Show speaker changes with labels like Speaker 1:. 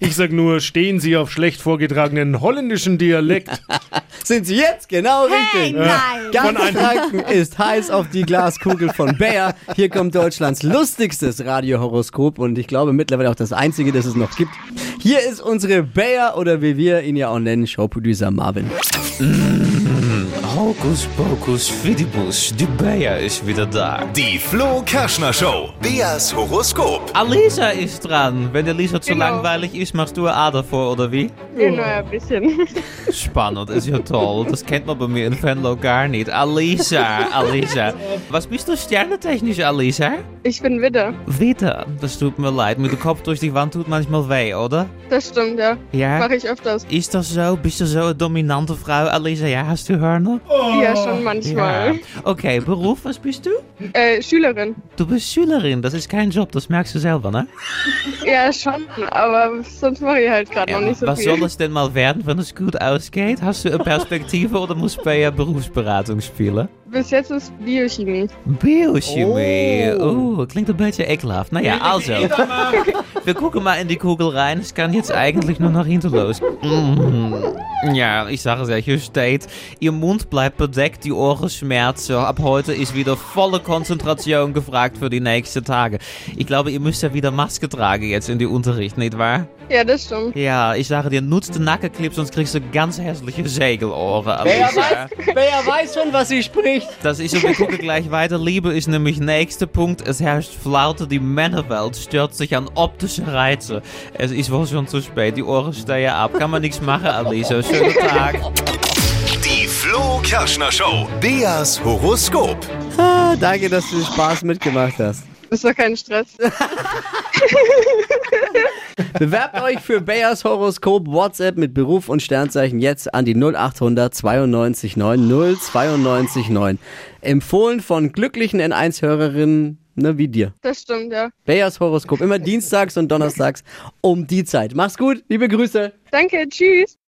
Speaker 1: Ich sag nur, stehen Sie auf schlecht vorgetragenen holländischen Dialekt.
Speaker 2: Sind Sie jetzt genau richtig?
Speaker 3: nein.
Speaker 2: Ganz Franken ist heiß auf die Glaskugel von Bayer. Hier kommt Deutschlands lustigstes Radiohoroskop und ich glaube mittlerweile auch das einzige, das es noch gibt. Hier ist unsere Bayer oder wie wir ihn ja auch nennen, Showproducer Marvin.
Speaker 4: Hocus pocus fidibus, die Bayer ist wieder da.
Speaker 5: Die Flo Kerschner Show. Beas Horoskop.
Speaker 4: Alisa ist dran. Wenn Alisa zu
Speaker 6: Genau.
Speaker 4: langweilig ist, machst du eine Ader vor, oder wie?
Speaker 6: Ja, naja, ein bisschen.
Speaker 4: Spannend, ist ja toll. Das kennt man bei mir in Venlo gar nicht. Alisa, Alisa. Was bist du sternentechnisch, Alisa?
Speaker 6: Ich bin Widder.
Speaker 4: Wieder. Das tut mir leid. Mit dem Kopf durch die Wand tut manchmal weh, oder?
Speaker 6: Das stimmt, ja.
Speaker 4: Ja.
Speaker 6: Mache ich öfters.
Speaker 4: Ist das so? Bist du so eine dominante Frau, Alisa? Ja, hast du Hörner?
Speaker 6: Ja, schon manchmal.
Speaker 4: Okay, Beruf, was bist du?
Speaker 6: Äh, Schülerin.
Speaker 4: Du bist Schülerin, das ist kein Job, das merkst du selber, ne?
Speaker 6: Ja, schon. Aber sonst mache ich halt gerade noch nicht so
Speaker 4: was
Speaker 6: viel.
Speaker 4: soll es denn mal werden, wenn es gut ausgeht? Hast du eine Perspektive oder musst du bei je Berufsberatung spielen?
Speaker 6: Bis jetzt ist Biochemie.
Speaker 4: Biochemie. Oh. klingt ein beetje ekelhaft. Nou ja, also. Wir gucken mal in die Kugel rein. dus Es kann jetzt eigentlich nur noch hinten los. Mhm. Ja, ich sage es ja, hier steht, ihr Mund bleibt bedeckt, die Ohren schmerzen. Ab heute ist wieder volle Konzentration gefragt für die nächsten Tage. Ich glaube, ihr müsst ja wieder Maske tragen jetzt in die Unterricht, nicht wahr?
Speaker 6: Ja, das stimmt.
Speaker 4: Ja, ich sage dir, nutz den Nackenclip, sonst kriegst du ganz hässliche Segelohren.
Speaker 2: Bayer
Speaker 4: Alisa.
Speaker 2: weiß, Bayer weiß schon, was sie spricht.
Speaker 4: Das ist, und wir gucken gleich weiter. Liebe ist nämlich nächster Punkt. Es herrscht Flaute, die Männerwelt stört sich an optische Reize. Es ist wohl schon zu spät, die Ohren stehen ab. Kann man nichts machen, Alisa. Schönen Tag.
Speaker 5: Die Flo Kerschner Show. Beas Horoskop.
Speaker 2: Ah, danke, dass du Spaß mitgemacht hast.
Speaker 6: Ist doch kein Stress.
Speaker 2: Bewerbt euch für Bayers Horoskop WhatsApp mit Beruf und Sternzeichen jetzt an die 0800 92 9 092 9. Empfohlen von glücklichen N1-Hörerinnen ne, wie dir.
Speaker 6: Das stimmt, ja.
Speaker 2: Bayers Horoskop immer dienstags und donnerstags um die Zeit. Mach's gut, liebe Grüße.
Speaker 6: Danke, tschüss.